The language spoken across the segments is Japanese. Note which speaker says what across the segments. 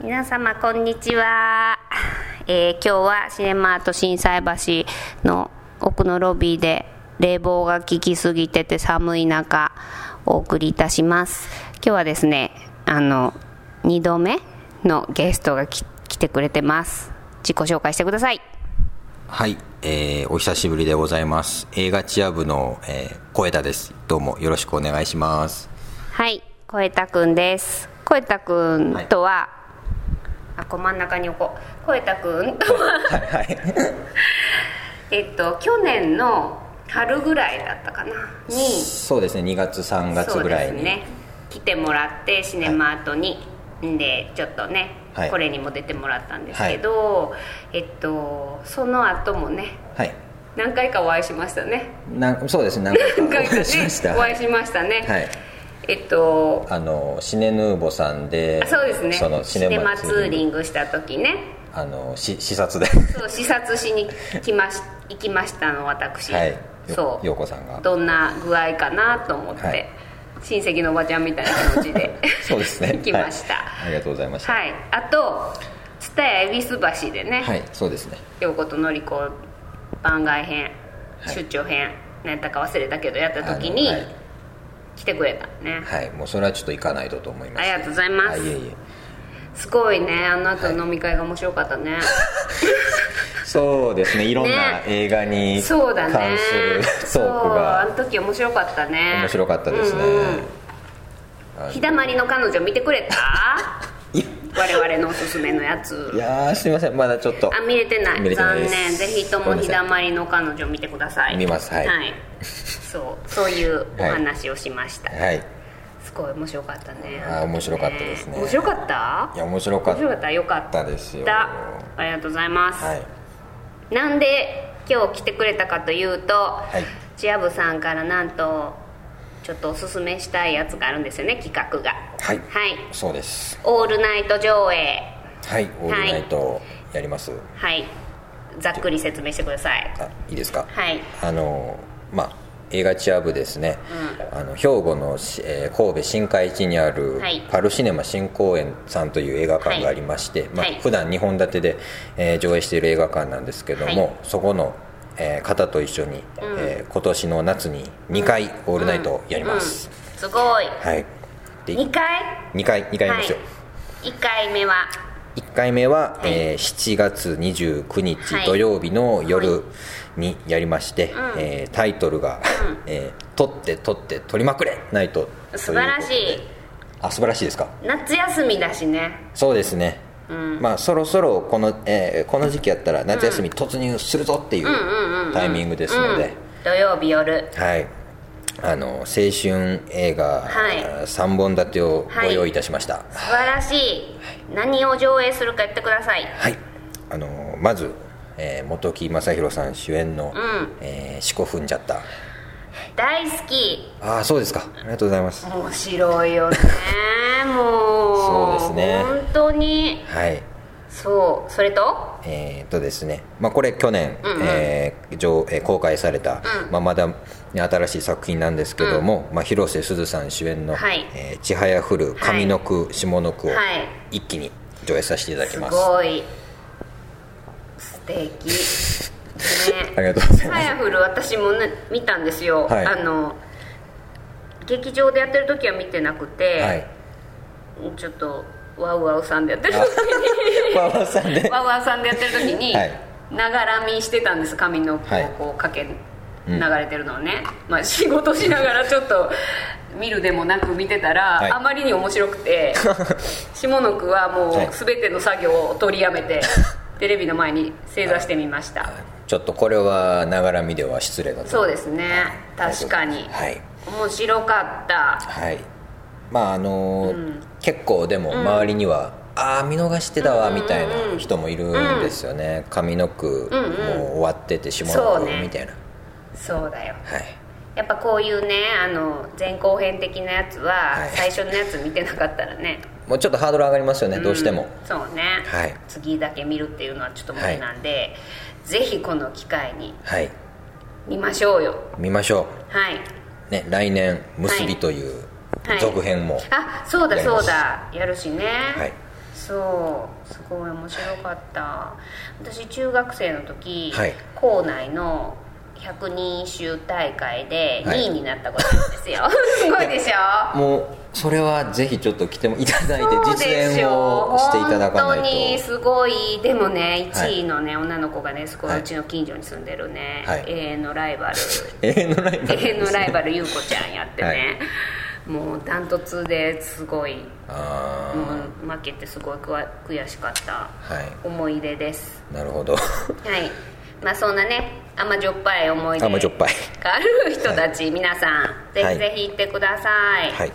Speaker 1: 皆様こんにちは、えー今日はシネマート心斎橋の奥のロビーで冷房が効きすぎてて寒い中お送りいたします今日はですねあの2度目のゲストがき来てくれてます自己紹介してください
Speaker 2: はい、えーお久しぶりでございます。映画チア部の、えー小枝です。どうもよろしくお願いします。
Speaker 1: はい小枝くんです小枝くんとは、あこう真ん中に置こう小枝くんとは えっと去年の春ぐらいだったかなに
Speaker 2: そうですね、2月3月ぐらい
Speaker 1: そうで
Speaker 2: に、
Speaker 1: すね来てもらってシネマートに、んでちょっとね、
Speaker 2: はい
Speaker 1: これにも出てもらったんですけど、えっとその後もね
Speaker 2: はい、
Speaker 1: 何回かお会いしましたね
Speaker 2: なんそうですね、何回か
Speaker 1: 何回
Speaker 2: お
Speaker 1: か
Speaker 2: 会
Speaker 1: ね
Speaker 2: いしました。
Speaker 1: お会いしましたね、
Speaker 2: はい、
Speaker 1: えっと
Speaker 2: あのシネヌーボさんで
Speaker 1: あ、そうですね
Speaker 2: その
Speaker 1: シネマツーリ
Speaker 2: ング
Speaker 1: ングした時ね
Speaker 2: あのし 視察で、
Speaker 1: そう視察しに来まし 行きましたの私、
Speaker 2: はい、よ
Speaker 1: そう
Speaker 2: ようこさんが、
Speaker 1: どんな具合かなと思って、
Speaker 2: はい
Speaker 1: 親戚のおばちゃんみたいな気持ちで
Speaker 2: そうですね、
Speaker 1: 行きました、
Speaker 2: はい、ありがとうございました。
Speaker 1: はい、あと蔦屋恵比寿橋でね、
Speaker 2: はい、そうですね。
Speaker 1: 陽子と典子番外編、
Speaker 2: はい
Speaker 1: 出張編何やったか忘れたけどやった時に
Speaker 2: あのはい
Speaker 1: 来てくれたね、
Speaker 2: はい、もうそれはちょっと行かないとと思いま
Speaker 1: あり
Speaker 2: す。
Speaker 1: がとうございます、
Speaker 2: はい、いえいえ。
Speaker 1: すごいねあの後の飲み会が面白かったね、
Speaker 2: そうですねいろんな
Speaker 1: ね
Speaker 2: 映画に
Speaker 1: そうだね
Speaker 2: 関するトーク
Speaker 1: そうあ
Speaker 2: が
Speaker 1: の時面白かったね
Speaker 2: 面白かったですね、
Speaker 1: うんうん日だまりの彼女見てくれた
Speaker 2: い
Speaker 1: 我々のおすすめのやつ
Speaker 2: いやーすみませんまだちょっと
Speaker 1: あ見れてない
Speaker 2: 見れてないで
Speaker 1: 残
Speaker 2: す
Speaker 1: 念ぜひと
Speaker 2: ご
Speaker 1: も
Speaker 2: めんな
Speaker 1: 日
Speaker 2: さい
Speaker 1: だまりの彼女見てください
Speaker 2: 見ますはい
Speaker 1: そうそういうお話をしました、
Speaker 2: はい
Speaker 1: すごい面白かったね
Speaker 2: あー面白かったですね
Speaker 1: 面白かった
Speaker 2: いや面白か
Speaker 1: 面
Speaker 2: っ
Speaker 1: 白かったよかった
Speaker 2: ですよ
Speaker 1: た
Speaker 2: は
Speaker 1: ありがとうございます、
Speaker 2: い
Speaker 1: なんで今日来てくれたかというと、
Speaker 2: い
Speaker 1: チアブさんからなんとちょっとおすすめしたいやつがあるんですよね企画が
Speaker 2: はい
Speaker 1: はい
Speaker 2: そうです
Speaker 1: オールナイト上映
Speaker 2: はいオールナイトやります、
Speaker 1: はいざっくり説明してください
Speaker 2: あいいですか
Speaker 1: はい
Speaker 2: あのまあ映画チア部ですね、あの兵庫のし、えー神戸新海地にある
Speaker 1: はい
Speaker 2: パルシネマ新公園さんという映画館がありまして、まあ
Speaker 1: はい
Speaker 2: 普段2本立てで、えー上映している映画館なんですけども、
Speaker 1: はい
Speaker 2: そこの、えー方と一緒に、えー今年の夏に2回オールナイトをやります、
Speaker 1: すごい
Speaker 2: はいで
Speaker 1: 2回
Speaker 2: 2回2回やりましょう、
Speaker 1: はい、1回目は
Speaker 2: 1回目は、
Speaker 1: い
Speaker 2: えー7月29日
Speaker 1: はい
Speaker 2: 土曜日の夜にやりまして、えータイトルが「えー取って取って取りまくれ!」ナイト
Speaker 1: 素晴らし
Speaker 2: とう
Speaker 1: い
Speaker 2: ことであ素晴らしいですか
Speaker 1: 夏休みだしね
Speaker 2: そうですね、まあそろそろこの,、えーこの時期やったら夏休み突入するぞっていうタイミングですので、
Speaker 1: 土曜日夜
Speaker 2: はいあの青春映画、
Speaker 1: はい
Speaker 2: 3本立てをご用意いたしました、
Speaker 1: 素晴らしい、何を上映するか言ってください
Speaker 2: はい、あのーまず、えー本木雅弘さん主演の
Speaker 1: ん
Speaker 2: 「えー四股踏んじゃった
Speaker 1: 大好き」
Speaker 2: ああそうですかありがとうございます
Speaker 1: 面白いよねもう
Speaker 2: そうですね
Speaker 1: 本当に
Speaker 2: はい
Speaker 1: そうそれと
Speaker 2: えーっとですね、まあ、これ去年、えー上えー公開された、まあ、まだ、ね、新しい作品なんですけども、まあ、広瀬すずさん主演の「
Speaker 1: はい
Speaker 2: えーちはやふる上の句、下の句」を
Speaker 1: はい
Speaker 2: 一気に上映させていただき
Speaker 1: す
Speaker 2: ます
Speaker 1: ごい素敵ね
Speaker 2: ありがとうございま
Speaker 1: カ
Speaker 2: す
Speaker 1: ヤフル私も、ね、見たんですよ、
Speaker 2: はい
Speaker 1: あの劇場でやってる時は見てなくて、
Speaker 2: はい
Speaker 1: ちょっとワウワウさんでやってる時
Speaker 2: 馬場さん で
Speaker 1: にワウワウさんでやってる時に
Speaker 2: はい
Speaker 1: ながら見してたんです髪の毛をこうかけ、流れてるのをね、まあ、仕事しながらちょっと見るでもなく見てたら、
Speaker 2: はい
Speaker 1: あまりに面白く て下の句は
Speaker 2: は
Speaker 1: も
Speaker 2: いう
Speaker 1: 全ての作業を取りやめ て、テレビの前に正座してみました、
Speaker 2: ちょっとこれはながら見では失礼だと
Speaker 1: そうですね確かに、
Speaker 2: はい
Speaker 1: 面白かった
Speaker 2: はいまああのー結構でも周りには、ああ見逃してたわみたいな人もいるんですよね、上の句もう終わってて下の
Speaker 1: そう
Speaker 2: 句
Speaker 1: ね
Speaker 2: みたいな、
Speaker 1: そうだよ
Speaker 2: はい
Speaker 1: やっぱこういうねあの前後編的なやつは、
Speaker 2: はい
Speaker 1: 最初のやつ見てなかったらね
Speaker 2: もうちょっとハードル上がりますよね、どうしても
Speaker 1: んそうね、
Speaker 2: はい
Speaker 1: 次だけ見るっていうのはちょっと無理なんで、ぜひこの機会に
Speaker 2: はい
Speaker 1: 見ましょうよ
Speaker 2: 見ましょ
Speaker 1: はいう
Speaker 2: ね来年「結び」という
Speaker 1: はい
Speaker 2: 続編も、
Speaker 1: あそうだ
Speaker 2: やりま
Speaker 1: そう
Speaker 2: す
Speaker 1: だやるしね、
Speaker 2: はい
Speaker 1: そうすごい面白かった私中学生の時、
Speaker 2: はい
Speaker 1: 校内の100人集大会で
Speaker 2: はい
Speaker 1: 2位になったことあるんですよ、 すごいでしょ
Speaker 2: もうそれはぜひちょっと来てもいただいて実
Speaker 1: そうです
Speaker 2: 演
Speaker 1: よ
Speaker 2: をしていただか
Speaker 1: 本
Speaker 2: ない
Speaker 1: 当に
Speaker 2: と
Speaker 1: すごいでもね
Speaker 2: はい
Speaker 1: 1位のね、女の子がねそこ
Speaker 2: はいう
Speaker 1: ちの近所に住んでるね、
Speaker 2: はい
Speaker 1: 永遠のライバル
Speaker 2: 永遠のライバル
Speaker 1: 永遠のライ
Speaker 2: ル
Speaker 1: バル優子ちゃんやってね、もうダントツですごい、
Speaker 2: あ
Speaker 1: もう負けてすごいくわ悔しかった
Speaker 2: あは
Speaker 1: 思い出です
Speaker 2: いなるほど
Speaker 1: はいまあそんなね甘じょっぱい思い出
Speaker 2: 甘じょっぱい
Speaker 1: がある人たち、皆さんぜ
Speaker 2: は
Speaker 1: ひ
Speaker 2: い
Speaker 1: ぜひ行ってください、
Speaker 2: はい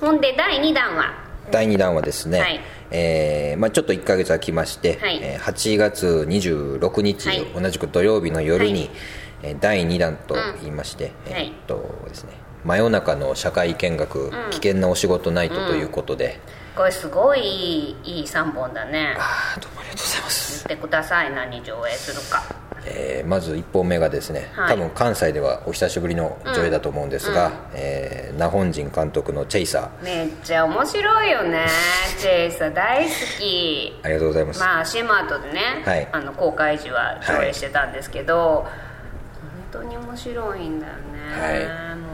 Speaker 1: ほんで第2弾は
Speaker 2: 第2弾はですね、
Speaker 1: はい
Speaker 2: えーまあ、ちょっと1か月空きまして、
Speaker 1: はい
Speaker 2: えー8月26日、
Speaker 1: はい
Speaker 2: 同じく土曜日の夜に、
Speaker 1: はい
Speaker 2: えー第2弾と言いまして、
Speaker 1: ん
Speaker 2: えーっとですね真夜中の社会見学、危険なお仕事ナイトということで、
Speaker 1: これすごいいいいい3本だね
Speaker 2: ああどうもありがとうございます、
Speaker 1: 言ってください何上映するか
Speaker 2: えーまず1本目がですね、
Speaker 1: はい
Speaker 2: 多分関西ではお久しぶりの上映だと思うんですが、えー、那本人監督の「チェイサ
Speaker 1: めっちゃ面白いよねチェイサー大好き
Speaker 2: ー」ありがとうございます、
Speaker 1: まあ CM アートでね、
Speaker 2: はい
Speaker 1: あの公開時は上映してたんですけど、本当に面白いんだよね、
Speaker 2: は
Speaker 1: も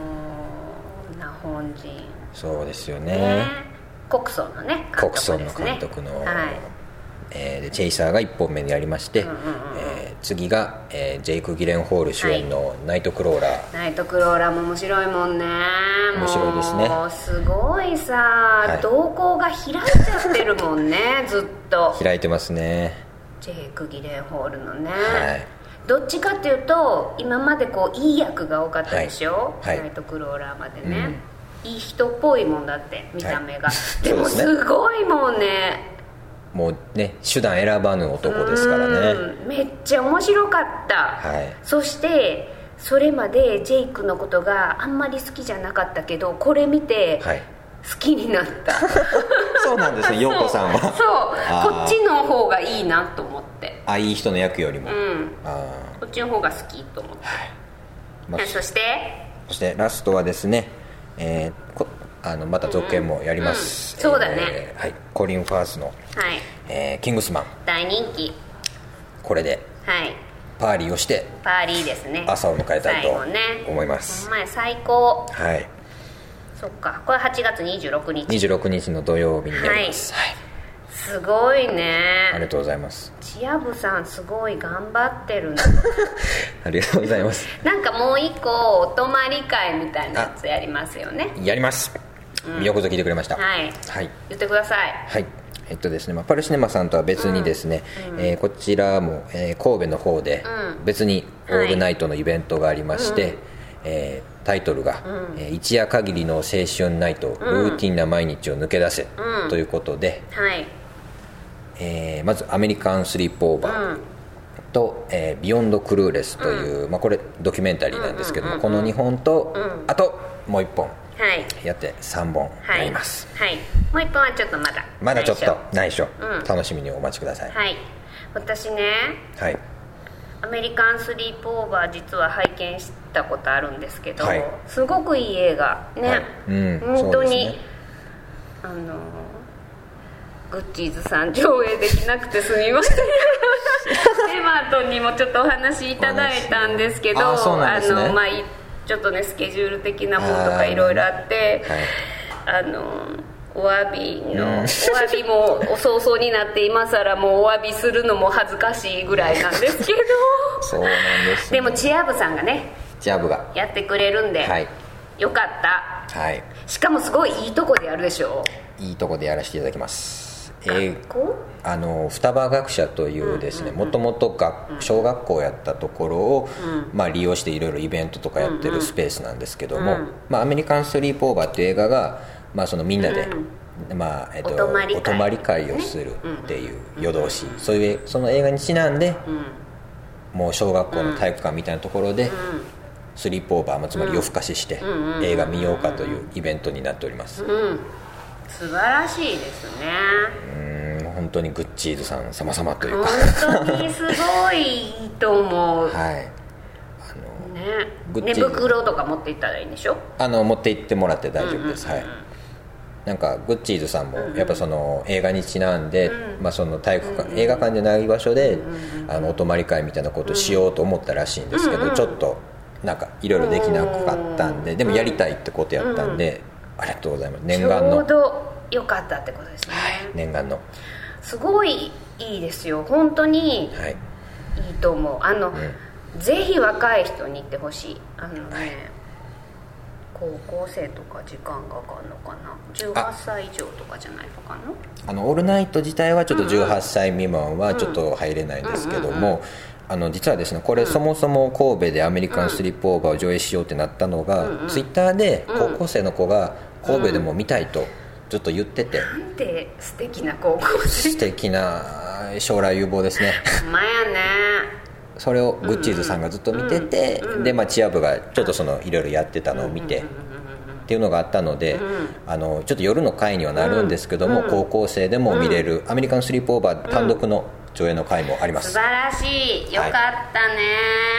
Speaker 1: うな本人ね
Speaker 2: そうですよ
Speaker 1: え
Speaker 2: ね
Speaker 1: コクソンのね監
Speaker 2: コク
Speaker 1: 督
Speaker 2: ソン
Speaker 1: で
Speaker 2: の
Speaker 1: すね
Speaker 2: 監督の、
Speaker 1: はい
Speaker 2: えーでチェイサーが1本目にやりまして、えー次が、えージェイク・ギレンホール主演の「ナイトクローラー」
Speaker 1: ナイトクローラーも面白いもんね
Speaker 2: 面白いですね
Speaker 1: もうすごいさ、
Speaker 2: い
Speaker 1: 瞳孔が開いちゃってるもんねずっ と
Speaker 2: 開いてますね
Speaker 1: ジェイク・ギレンホールのね、
Speaker 2: はい
Speaker 1: どっちかっていうと今までこういい役が多かったでしょ、
Speaker 2: はいはい
Speaker 1: ナイトクローラーまでね、いい人っぽいもんだって見た目が、
Speaker 2: はい
Speaker 1: でも
Speaker 2: そうですね
Speaker 1: すごいもんね
Speaker 2: もうね手段選ばぬ男ですからね
Speaker 1: うんめっちゃ面白かった、
Speaker 2: はい
Speaker 1: そしてそれまでジェイクのことがあんまり好きじゃなかったけどこれ見て
Speaker 2: はい
Speaker 1: 好きになった、
Speaker 2: そうなんです ね陽子さん
Speaker 1: そう
Speaker 2: は
Speaker 1: そうこ
Speaker 2: あー
Speaker 1: っちの方がいいなと思って
Speaker 2: あいい人の役よりも、
Speaker 1: うん
Speaker 2: あ
Speaker 1: こっちの方が好きと思って、
Speaker 2: ー、まあ、
Speaker 1: そして
Speaker 2: そしてラストはですね、えーこあのまた続編もやります、
Speaker 1: うんうんそうだね
Speaker 2: えーはい、コリン・ファースの、
Speaker 1: はい
Speaker 2: えーキングスマン」
Speaker 1: 大人気
Speaker 2: これで
Speaker 1: はい
Speaker 2: パーリーをして
Speaker 1: パーリーですね
Speaker 2: 朝を迎えたいと
Speaker 1: 最後ね
Speaker 2: 思います
Speaker 1: ほんまや最高
Speaker 2: はい
Speaker 1: そっかこれ8月26日
Speaker 2: 26日の土曜日になります、はい
Speaker 1: すごい
Speaker 2: あり
Speaker 1: ね
Speaker 2: がとうございます
Speaker 1: チアブさんすごい頑張って るね
Speaker 2: ありがとうございます
Speaker 1: なんかもう一個お泊まり会みたいなやつやりますよね
Speaker 2: やります、よくぞ聞いてくれました
Speaker 1: はい
Speaker 2: はい、
Speaker 1: 言ってください
Speaker 2: はいえっとですねまあ、パルシネマさんとは別にですね、えーこちらも、えー神戸の方で別にオールナイトのイベントがありまして、えータイトルが、えー一夜限りの青春ナイト、ルーティンな毎日を抜け出せ」ということで、
Speaker 1: はい
Speaker 2: えーまず「アメリカン・スリープ・オーバー」
Speaker 1: うん
Speaker 2: と、えービヨンド・クルーレス」という、まあ、これドキュメンタリーなんですけども、この2本と、あともう1本
Speaker 1: はい
Speaker 2: やって3本
Speaker 1: は
Speaker 2: や
Speaker 1: い
Speaker 2: ります、
Speaker 1: はいもう一本はちょっとまだ
Speaker 2: まだちょっと内緒、
Speaker 1: うん
Speaker 2: 楽しみにお待ちください、
Speaker 1: はい私ね
Speaker 2: はい
Speaker 1: アメリカンスリープオーバー実は拝見したことあるんですけど、
Speaker 2: はい
Speaker 1: すごくいい映画ね、
Speaker 2: はいうん
Speaker 1: 本当に、
Speaker 2: そうですね
Speaker 1: あのグッチーズさん上映できなくてすみま せんエマートンにもちょっとお話いただいたんですけど
Speaker 2: あそうなんですね
Speaker 1: あのまあいちょっとねスケジュール的なものとかいろいろあって
Speaker 2: は
Speaker 1: あ
Speaker 2: い
Speaker 1: のお詫びの、
Speaker 2: うん
Speaker 1: お詫びもお早々になって今更もうお詫びするのも恥ずかしいぐらいなんですけど
Speaker 2: そうなんです、
Speaker 1: でもチア部さんがね
Speaker 2: ジャブが
Speaker 1: やってくれるんで、
Speaker 2: はい
Speaker 1: よかった
Speaker 2: はい
Speaker 1: しかもすごいいいとこでやるでしょ
Speaker 2: いいとこでやらせていただきますえー
Speaker 1: 学校
Speaker 2: あの双葉学者というですねもともと学小学校やったところを、まあ、利用していろいろイベントとかやってるスペースなんですけども、まあ、アメリカン・スリープ・オーバーっていう映画が、まあ、そのみんなで、まあえっと
Speaker 1: お泊まり会
Speaker 2: お泊まり会をするっていう夜通し、そういうその映画にちなんで、もう小学校の体育館みたいなところで、スリープオーバー、まあ、つまり夜更かしして映画見ようかというイベントになっております、
Speaker 1: 素晴らしいですね
Speaker 2: うん本当にグッチーズさん様々というか、
Speaker 1: 本当にすごいいいと 思う
Speaker 2: はい
Speaker 1: ね
Speaker 2: グッ
Speaker 1: 寝
Speaker 2: チ
Speaker 1: 袋とか持っていったらいいんでしょ
Speaker 2: あの持って行ってもらって大丈夫です、はいなんかグッチーズさんもやっぱその映画にちなんで、まあ、その体育館映画館じゃない場所で、あのお泊まり会みたいなことをしようと思ったらしいんですけど、ちょっとなんかいろいろできなかったんで、でもやりたいってことやったんで、ありがとうございます念願
Speaker 1: ちょう
Speaker 2: の
Speaker 1: ど良かったってことですね、
Speaker 2: 念願の
Speaker 1: すごいいいですよ本当に
Speaker 2: はい
Speaker 1: いいと思うあの、ぜひ若い人に行ってほしいあのね、高校生とか時間がかかるのかな18
Speaker 2: あ
Speaker 1: 歳以上とかじゃないのかな
Speaker 2: あのオールナイト自体はちょっと18歳未満はちょっと入れないですけども、あの実はですねこれそもそも神戸でアメリカンスリップオーバーを上映しようってなったのが、ツイッターで高校生の子が神戸でも見たいとずっと言ってて、
Speaker 1: なんて素敵な高校生
Speaker 2: 素敵な将来有望ですね
Speaker 1: ほんまやね
Speaker 2: それをグッチーズさんがずっと見てて、でまあチア部がちょっとそのいろいろやってたのを見て、っていうのがあったので、あのちょっと夜の回にはなるんですけども、高校生でも見れる、アメリカンスリープオーバー単独の上映の回もありま
Speaker 1: 素
Speaker 2: す、
Speaker 1: 晴らしいよかったね、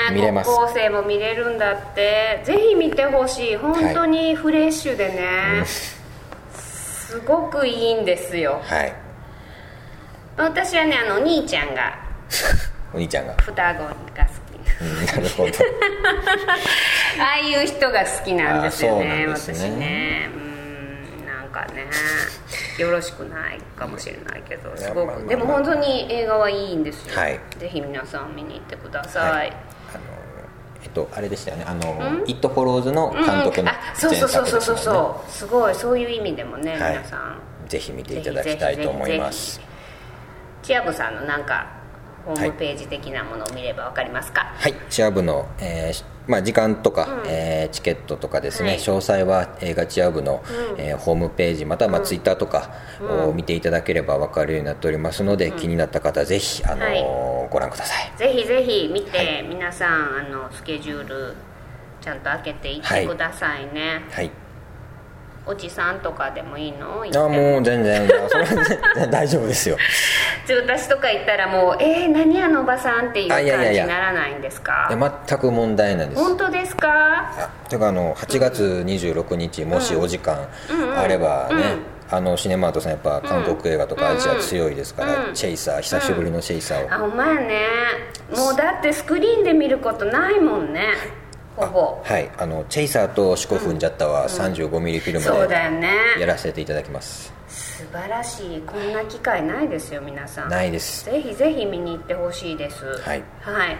Speaker 2: はい見れます
Speaker 1: 高校生も見れるんだってぜひ見てほしい本当にフレッシュでね、すごくいいんですよ
Speaker 2: はい
Speaker 1: 私はねあのお兄ちゃんが
Speaker 2: お兄ちゃんが
Speaker 1: 双子が好きな
Speaker 2: うん なるほど
Speaker 1: ああいう人が好きなんですよね
Speaker 2: あーそうなんですね
Speaker 1: 私ねうんなんかねよろしくないかもしれないけど
Speaker 2: いや
Speaker 1: すご
Speaker 2: まあまあ
Speaker 1: く
Speaker 2: まあ
Speaker 1: でも本当に映画はいいんですよ、
Speaker 2: はい
Speaker 1: ぜひ皆さん見に行ってください、
Speaker 2: はいあのえっとあれでしたよねあの「イット・フォローズ」の
Speaker 1: うん
Speaker 2: 監督の
Speaker 1: あそうそうそうそうそう
Speaker 2: 前
Speaker 1: そう、すごいそういう意味でもね、
Speaker 2: はい
Speaker 1: 皆さん
Speaker 2: 作ですもんねぜひ見ていただきたいと思います
Speaker 1: ぜひぜひぜひチアゴさんのなんかホームページ的なものを見ればわかりますか、
Speaker 2: はい、チア部の、えーしまあ、時間とか、えーチケットとかですね、
Speaker 1: はい
Speaker 2: 詳細は映画チア部の、えーホームページまたは、まあツイッターとかを見ていただければ分かるようになっておりますので、気になった方はぜひ、あのーご覧ください
Speaker 1: ぜひぜひ見て、皆さんあのスケジュールちゃんと開けていっ
Speaker 2: は
Speaker 1: て
Speaker 2: い
Speaker 1: くださいね、
Speaker 2: はい
Speaker 1: おじさんとかでもいいの行って
Speaker 2: あもう全然それは 全然大丈夫ですよ
Speaker 1: ちょ私とか行ったらもう「えー、何あのおばさん」っていう
Speaker 2: あ
Speaker 1: 感
Speaker 2: いやいやい
Speaker 1: じ
Speaker 2: や
Speaker 1: にならないんですか
Speaker 2: いや全く問題ないです
Speaker 1: 本当ですか
Speaker 2: あていうかあの8月26日もしお時間あればね、あのシネマートさんやっぱ韓国映画とかアジア強いですから、チェイサー久しぶりのチェイサーを、
Speaker 1: あほんまやねもうだってスクリーンで見ることないもんねほぼ
Speaker 2: はい、あのチェイサーと四股踏んじゃったは35ミリフィル
Speaker 1: そう
Speaker 2: ム
Speaker 1: だよ
Speaker 2: で
Speaker 1: ね
Speaker 2: やらせていただきます。
Speaker 1: 素晴らしいこんな機会ないですよ皆さん
Speaker 2: ないです。
Speaker 1: ぜひぜひ見に行ってほしいです
Speaker 2: はい
Speaker 1: はい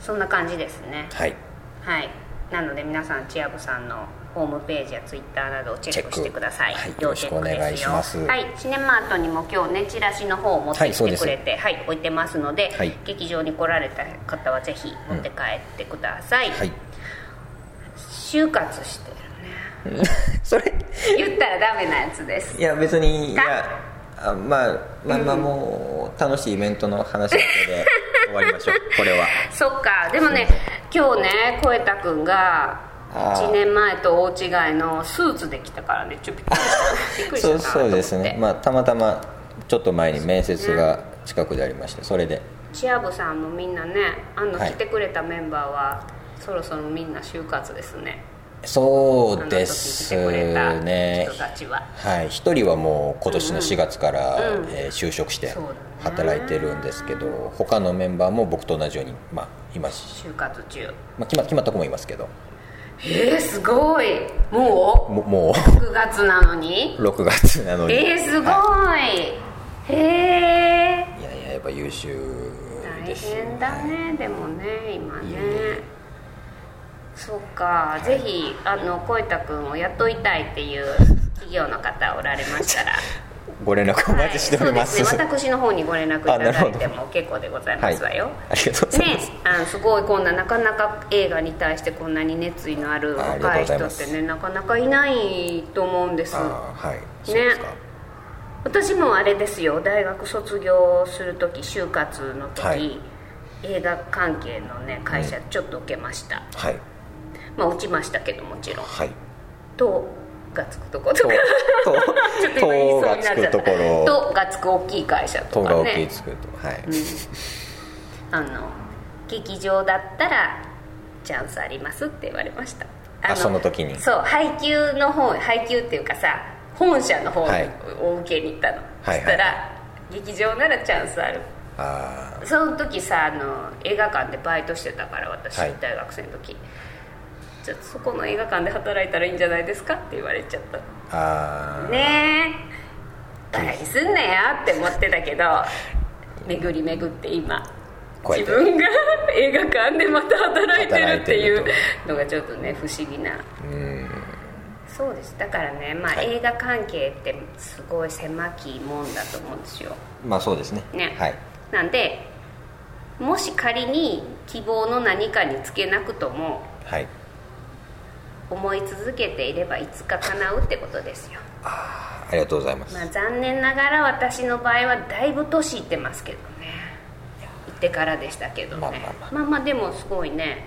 Speaker 1: そんな感じですね
Speaker 2: はい、
Speaker 1: はいなので皆さんチアゴさんのホームページやツイッターなどをチェックしてください、
Speaker 2: チェックはい
Speaker 1: 要チェックです
Speaker 2: よろしくお願いします
Speaker 1: はいシネマートにも今日ねチラシの方を持ってきてくれて、はい置いてますので、
Speaker 2: はい
Speaker 1: 劇場に来られた方はぜひ持って帰ってください、
Speaker 2: はい、
Speaker 1: 就活して
Speaker 2: それ
Speaker 1: るね言ったらダメなやつです
Speaker 2: いや別にい
Speaker 1: か
Speaker 2: やあまあまあまあもう楽しいイベントの話だけ で終わりましょう。これは
Speaker 1: そっかでもね今日ね小枝君が
Speaker 2: あー
Speaker 1: 1年前と大違いのスーツで来たからねちょっとびっくりしたびっくりし
Speaker 2: そ
Speaker 1: たなと思
Speaker 2: うそう
Speaker 1: って
Speaker 2: ですね。まあたまたまちょっと前に面接が近くでありまして、それで
Speaker 1: チア部さんもみんなねあの
Speaker 2: はい
Speaker 1: 来てくれたメンバーは、そろそろみんな就活ですね
Speaker 2: そうです
Speaker 1: あの時来てくれ
Speaker 2: ね
Speaker 1: た。人たちは
Speaker 2: はい、一人はもう今年の4月から、えー就職して
Speaker 1: そうだね
Speaker 2: 働いてるんですけど、他のメンバーも僕と同じように、まあ、いますし、
Speaker 1: 就活中
Speaker 2: まあ、決ま決まった子もいますけど
Speaker 1: えー、すごいも
Speaker 2: もも
Speaker 1: う9月なのに
Speaker 2: う6月なのに
Speaker 1: えー、すごい、
Speaker 2: は
Speaker 1: へえ
Speaker 2: い、いやいややっぱ優秀
Speaker 1: 大
Speaker 2: です
Speaker 1: 変だ
Speaker 2: はい
Speaker 1: ね、でもね今ね
Speaker 2: いえいえ
Speaker 1: そうか、ぜひあの小板君を雇いたいっていう企業の方おられましたら
Speaker 2: ご連絡お待ちしております,、
Speaker 1: はいそ
Speaker 2: は
Speaker 1: う
Speaker 2: い
Speaker 1: ですね、私の方にご連絡いた
Speaker 2: あ
Speaker 1: だ
Speaker 2: なる
Speaker 1: い
Speaker 2: ほ
Speaker 1: て
Speaker 2: ど
Speaker 1: も結構でございますわよ、
Speaker 2: ありがとうご ざい
Speaker 1: ね
Speaker 2: ます、、
Speaker 1: あのすごいこんななかなか映画に対してこんなに熱意のある
Speaker 2: ありが
Speaker 1: 若い
Speaker 2: とうござい
Speaker 1: 人
Speaker 2: ま
Speaker 1: っ
Speaker 2: す
Speaker 1: てねなかなかいないと思うんです
Speaker 2: あーはいそうですか、
Speaker 1: 私もあれですよ大学卒業する時就活の時、
Speaker 2: はい
Speaker 1: 映画関係のね会社ちょっと受けました、
Speaker 2: はい
Speaker 1: まあ落ちましたけどもちろん
Speaker 2: はい
Speaker 1: 「と」がつくとこと
Speaker 2: と
Speaker 1: かちょっと
Speaker 2: と
Speaker 1: 今言い
Speaker 2: と
Speaker 1: そうにな
Speaker 2: がつ
Speaker 1: っちゃ
Speaker 2: く
Speaker 1: った
Speaker 2: ところ
Speaker 1: と」がつく大きい会社
Speaker 2: と
Speaker 1: と
Speaker 2: が
Speaker 1: か
Speaker 2: 大きい
Speaker 1: ね
Speaker 2: つくとはい、
Speaker 1: あの劇場だったらチャンスありますって言われました
Speaker 2: あその時に
Speaker 1: そう配給の方配給っていうかさ本社の方
Speaker 2: はい
Speaker 1: を受けに行ったの、
Speaker 2: はい
Speaker 1: そしたら、
Speaker 2: は
Speaker 1: 劇場ならチャンスある
Speaker 2: あ
Speaker 1: その時さあの映画館でバイトしてたから私、
Speaker 2: はい
Speaker 1: 大学生の時じゃあそこの映画館で働いたらいいんじゃないですかって言われちゃった
Speaker 2: ーあー
Speaker 1: ねえバカにすんなよって思ってたけど巡り巡って今
Speaker 2: こうや
Speaker 1: 自
Speaker 2: って
Speaker 1: 分が映画館でまた働いてるっていう
Speaker 2: 働いてる
Speaker 1: のがちょっとね不思議な
Speaker 2: うん
Speaker 1: そうですだからね、まあ
Speaker 2: はい
Speaker 1: 映画関係ってすごい狭きもんだと思うんですよ
Speaker 2: まあそうですね
Speaker 1: ね、
Speaker 2: はい
Speaker 1: なんでもし仮に希望の何かにつけなくとも
Speaker 2: はい
Speaker 1: 思い続けていればいつか叶うってことですよ
Speaker 2: あーありがとうございます
Speaker 1: まあ、残念ながら私の場合はだいぶ年いってますけどね行ってからでしたけどね
Speaker 2: まあまあま
Speaker 1: まあまあでもすごいね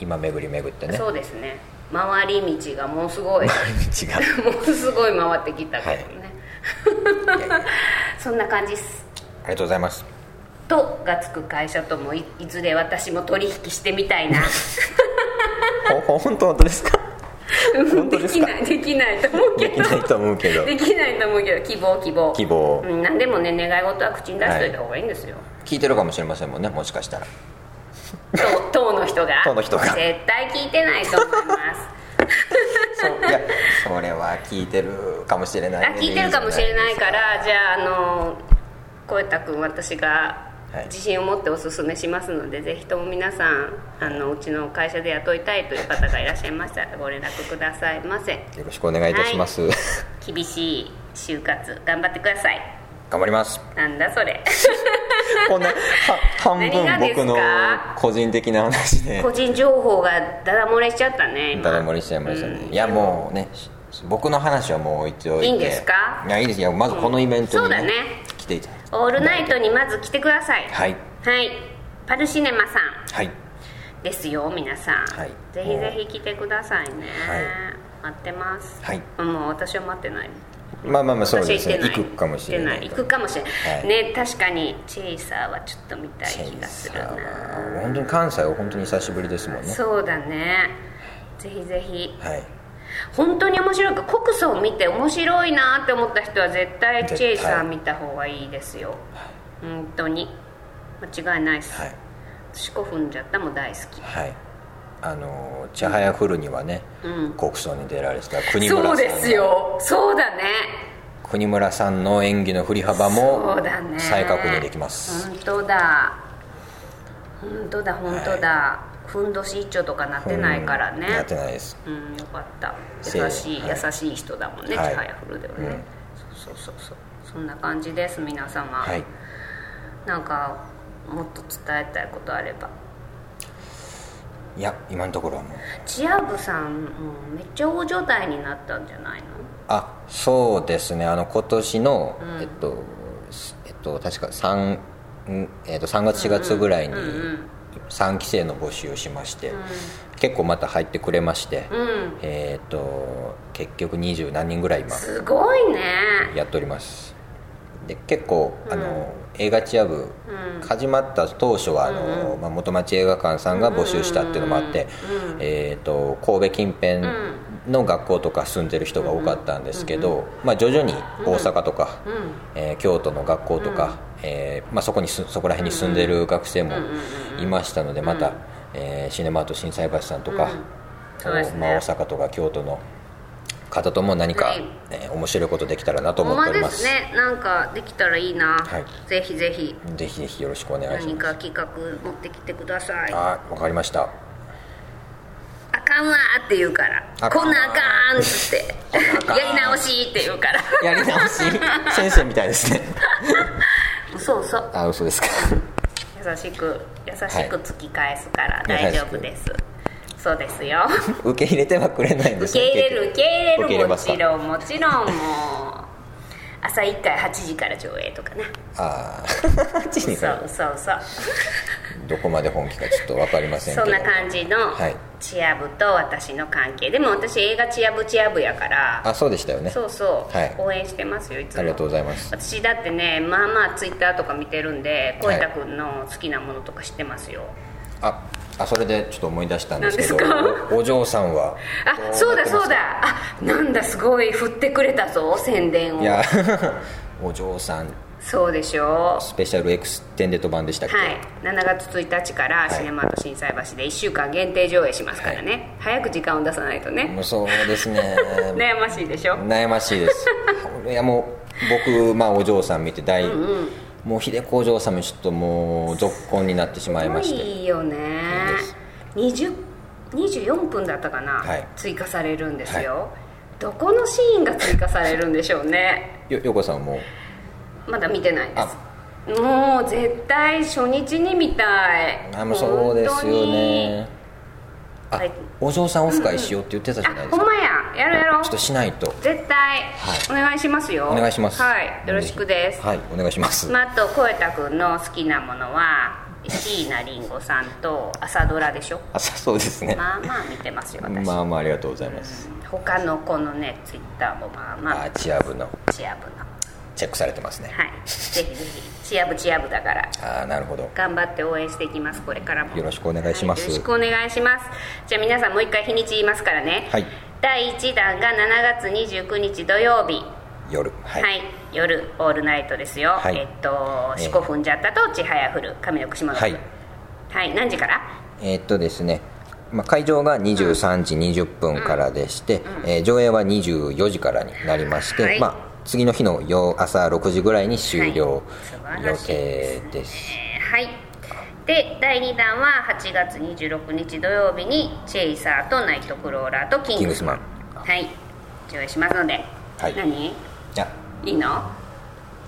Speaker 2: 今巡り巡ってね
Speaker 1: そうですね回り道がもうすごいも
Speaker 2: 違う
Speaker 1: うすごい回ってきたけどね、
Speaker 2: いやいやあ
Speaker 1: そんな感じっす
Speaker 2: りがとうござ います
Speaker 1: 「と」がつく会社ともいいずれ私も取引してみたいな
Speaker 2: ほほ本当本当ですか
Speaker 1: うん
Speaker 2: 当
Speaker 1: で
Speaker 2: です
Speaker 1: き
Speaker 2: か
Speaker 1: ない できないと思うけ
Speaker 2: でき
Speaker 1: ど
Speaker 2: ないと思うけど
Speaker 1: できないと思うけど希望希望
Speaker 2: 希望
Speaker 1: うん、何でもね願い事は口に出しといた方がいいんですよ、
Speaker 2: 聞いてるかもしれませんもんねもしかしたら
Speaker 1: 党党の人が
Speaker 2: 党の人が
Speaker 1: 絶対聞いてないと思います
Speaker 2: そういやそれは聞いてるかもしれな
Speaker 1: あ
Speaker 2: いんで
Speaker 1: 聞いてるかもしれないからじゃああの小籔君私が
Speaker 2: はい
Speaker 1: 自信を持っておすすめしますので、ぜひとも皆さんあのうちの会社で雇いたいという方がいらっしゃいましたらご連絡くださいませ
Speaker 2: よろしくお願いいたします、
Speaker 1: 厳しい就活頑張ってください
Speaker 2: 頑張ります
Speaker 1: なんだそれ
Speaker 2: こんなは半
Speaker 1: 何が
Speaker 2: 分
Speaker 1: ですか
Speaker 2: 僕の個人的な話で
Speaker 1: 個人情報がダダ漏れしちゃったね今
Speaker 2: 誰もりしちゃいましたね、いやもうねし僕の話はもう一応いて
Speaker 1: いいんですか
Speaker 2: いやいいですよまずこのイベントに、
Speaker 1: うんそうだね
Speaker 2: 来ていただいて
Speaker 1: オールナイトにまず来てください
Speaker 2: はい
Speaker 1: はいパルシネマさん
Speaker 2: はい
Speaker 1: ですよ皆さん、
Speaker 2: はい
Speaker 1: ぜひぜひ来てくださいね、待ってます、
Speaker 2: はい
Speaker 1: もう私は待ってない
Speaker 2: まあまあまあそうですね
Speaker 1: 私は
Speaker 2: 行くかもしれない
Speaker 1: 行って行くかもしれない、
Speaker 2: はい
Speaker 1: ね確かにチェイサーはちょっと見たい
Speaker 2: チェ
Speaker 1: 気
Speaker 2: イ
Speaker 1: がす
Speaker 2: サ
Speaker 1: る
Speaker 2: ー
Speaker 1: な
Speaker 2: は本当に関西は本当に久しぶりですもんね
Speaker 1: そうだねぜひぜひ
Speaker 2: はい
Speaker 1: 本当に面白いから告訴を見て面白いなって思った人は絶対チ
Speaker 2: 絶対
Speaker 1: ェイサー見た方がいいですよ、本当に間違いないです、
Speaker 2: はい
Speaker 1: 私古墳じゃったも大好き
Speaker 2: はいあのー「ちはやふる」にはね、国葬に出られてた国村さ
Speaker 1: そ
Speaker 2: んの
Speaker 1: うですよそうだね
Speaker 2: 国村さんの演技の振り幅も
Speaker 1: そうだね
Speaker 2: 再確認できます、
Speaker 1: 本当だ本当だ本当だ、ふんどし一丁とかなってないからね
Speaker 2: うんやってないです
Speaker 1: うんよかった
Speaker 2: せ
Speaker 1: 優しい、
Speaker 2: はい
Speaker 1: 優しい人だもんね、
Speaker 2: はい
Speaker 1: ちはやふるではね、
Speaker 2: うん
Speaker 1: そうそうそうそうそんな感じです皆様、
Speaker 2: はい
Speaker 1: なんかもっと伝えたいことあれば
Speaker 2: いや今のところはもう
Speaker 1: チア部さん、うんめっちゃ大所帯になったんじゃないの
Speaker 2: あそうですねあの今年の、えっと、すえっと、確か 3,、んえっと、3月4月ぐらいに3期生の募集をしまして、結構また入ってくれまして、
Speaker 1: うん
Speaker 2: えっと結局二十何人ぐらい今
Speaker 1: すごいね
Speaker 2: やっておりますで結構あの、映画チア部、始まった当初はあの、まあ、元町映画館さんが募集したっていうのもあって、えー、と神戸近辺の学校とか住んでる人が多かったんですけど、まあ、徐々に大阪とか、えー京都の学校とか、えーまあ、そこにすそこら辺に住んでる学生もいましたのでまた、えーシネマート心斎橋さんとか、
Speaker 1: そうですね
Speaker 2: まあ、大阪とか京都の方とも何か、
Speaker 1: はい
Speaker 2: えー面白いことできたらなと思
Speaker 1: ほん
Speaker 2: って
Speaker 1: まで
Speaker 2: おります
Speaker 1: すねなんかできたらいいな、
Speaker 2: はい
Speaker 1: ぜひぜひ
Speaker 2: ぜひぜひよろしくお願いし
Speaker 1: 何
Speaker 2: ます
Speaker 1: か企画持ってきてくださいあ
Speaker 2: あわかりました
Speaker 1: かんわーって言うから
Speaker 2: あ
Speaker 1: こんなんあかんっつって
Speaker 2: かん
Speaker 1: やり直しって言うから
Speaker 2: やり直し 先生みたいですね
Speaker 1: そうそう
Speaker 2: あ嘘ですか
Speaker 1: 優しく優しく
Speaker 2: は
Speaker 1: 突き返すから
Speaker 2: 優し
Speaker 1: 大
Speaker 2: く
Speaker 1: 丈夫です、そうですよ
Speaker 2: 受け入れてはくれないんで
Speaker 1: 受
Speaker 2: すね
Speaker 1: け入れる受け入
Speaker 2: 受け
Speaker 1: れる
Speaker 2: 入れ
Speaker 1: も
Speaker 2: ますか
Speaker 1: ちろんもちろんもう朝1回8時から上映とかね
Speaker 2: あ あ
Speaker 1: そうそうそう
Speaker 2: どこまで本気かちょっとわかりませんけ
Speaker 1: そ
Speaker 2: ど
Speaker 1: んな感じの
Speaker 2: はい
Speaker 1: チア部と私の関係でも私映画チア部チア部やから
Speaker 2: あそうでしたよね
Speaker 1: そうそう、
Speaker 2: はい
Speaker 1: 応援してますよいつも
Speaker 2: ありがとうございます
Speaker 1: 私だってねまあまあツイッターとか見てるんで
Speaker 2: は
Speaker 1: 小
Speaker 2: い
Speaker 1: 板君の好きなものとか知ってますよ、
Speaker 2: ああそれでちょっと思い出したんですけど
Speaker 1: 何です
Speaker 2: おお嬢さんは
Speaker 1: あそうだそうだあなんだすごい振ってくれたぞ宣伝
Speaker 2: い
Speaker 1: を
Speaker 2: や お嬢さん
Speaker 1: そうでしょ
Speaker 2: スペシャルエクステンデッド版でしたっけ、
Speaker 1: はい、7月1日からシネマート心斎橋で1週間限定上映しますからね、早く時間を出さないとね
Speaker 2: もうそうで すね
Speaker 1: 悩ましいでしょ
Speaker 2: 悩ましいですいやもう僕、まあ、お嬢さん見て大、もう秀子お嬢さんもちょっともう続婚になってしまいまして
Speaker 1: いいよね20 24分だったかな、
Speaker 2: はい
Speaker 1: 追加されるんですよ、どこのシーンが追加されるんでしょうね
Speaker 2: よよこさんはもう
Speaker 1: まだ見てないですもう絶対初日に見たい
Speaker 2: あもうそうですよねあ、
Speaker 1: はい
Speaker 2: お嬢さんオフ会しようって言ってたじゃ
Speaker 1: 本当にあほ
Speaker 2: ないですか
Speaker 1: んまややろうやろう
Speaker 2: ちょっとしないと
Speaker 1: 絶対、お願いしますよ
Speaker 2: お願いします
Speaker 1: はいよろしくです、
Speaker 2: はいお願いします、
Speaker 1: まあ、あと小枝君の好きなものは椎名林檎さんと朝ドラでしょ
Speaker 2: あそそうですね、
Speaker 1: まあまあ見てますよ私、
Speaker 2: まあまあありがとうございます、
Speaker 1: 他のこのねツイッターもまあま
Speaker 2: あ
Speaker 1: あ
Speaker 2: チア部の
Speaker 1: チア部のは
Speaker 2: チェックされてますね、
Speaker 1: いぜひぜひチア部チア部だから
Speaker 2: ああなるほど
Speaker 1: 頑張って応援していきますこれからも
Speaker 2: よろしくお願いします
Speaker 1: はよろしくお願いしますじゃあ皆さんもう一回日にち言いますからね
Speaker 2: はい
Speaker 1: 第1弾が7月29日土曜日
Speaker 2: 夜は、
Speaker 1: はいい、夜オールナイトですよ、
Speaker 2: はい
Speaker 1: えっと「四股踏んじゃった」と「ちはやふる」神の串本
Speaker 2: はい
Speaker 1: はい、何時から
Speaker 2: えーっとですねまあ、会場が23時20分からでして、えー上映は24時からになりまして、
Speaker 1: はい
Speaker 2: まあ、次の日のよ朝6時ぐらいに終了
Speaker 1: はい
Speaker 2: 予定です、
Speaker 1: えーはいで第2弾は8月26日土曜日に「チェイサー」と「ナイトクローラー」と「キングスマン
Speaker 2: キン」
Speaker 1: はい上映しますので、
Speaker 2: はい
Speaker 1: 何い
Speaker 2: あ
Speaker 1: いの
Speaker 2: いや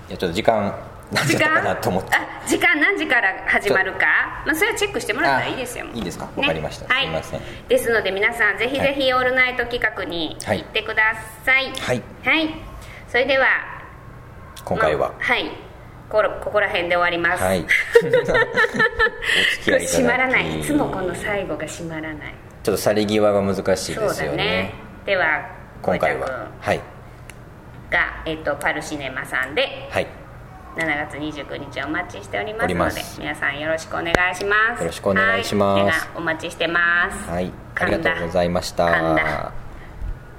Speaker 2: ちょっと時間何時
Speaker 1: 時
Speaker 2: だった
Speaker 1: 間
Speaker 2: かなと思って
Speaker 1: あ時間何時から始まるか、まあ、それはチェックしてもらったらいいですよ
Speaker 2: あいいですかわかりました
Speaker 1: はい、
Speaker 2: すいません
Speaker 1: ですので皆さんぜひぜひ「オールナイト」企画に
Speaker 2: はい
Speaker 1: 行ってください
Speaker 2: はい、
Speaker 1: はい、それでは
Speaker 2: 今回は
Speaker 1: ま、あはいころここら辺で終わります、
Speaker 2: はい お付き合いいただき
Speaker 1: 閉まらないいつもこの最後が閉まらない
Speaker 2: ちょっと去り際が難しい
Speaker 1: そ
Speaker 2: で
Speaker 1: う
Speaker 2: す
Speaker 1: だ
Speaker 2: よ
Speaker 1: ね
Speaker 2: ね
Speaker 1: では
Speaker 2: 今回
Speaker 1: 小
Speaker 2: は
Speaker 1: 枝
Speaker 2: はい
Speaker 1: 君が、えっとパルシネマさんで
Speaker 2: はい
Speaker 1: 7月29日お待ちしております
Speaker 2: おり
Speaker 1: の
Speaker 2: ま
Speaker 1: です皆さんよろしくお願いします
Speaker 2: よろしくお願いします
Speaker 1: はではお待ちしてます
Speaker 2: はいあ
Speaker 1: 神
Speaker 2: り
Speaker 1: 田
Speaker 2: がとうございました
Speaker 1: 神田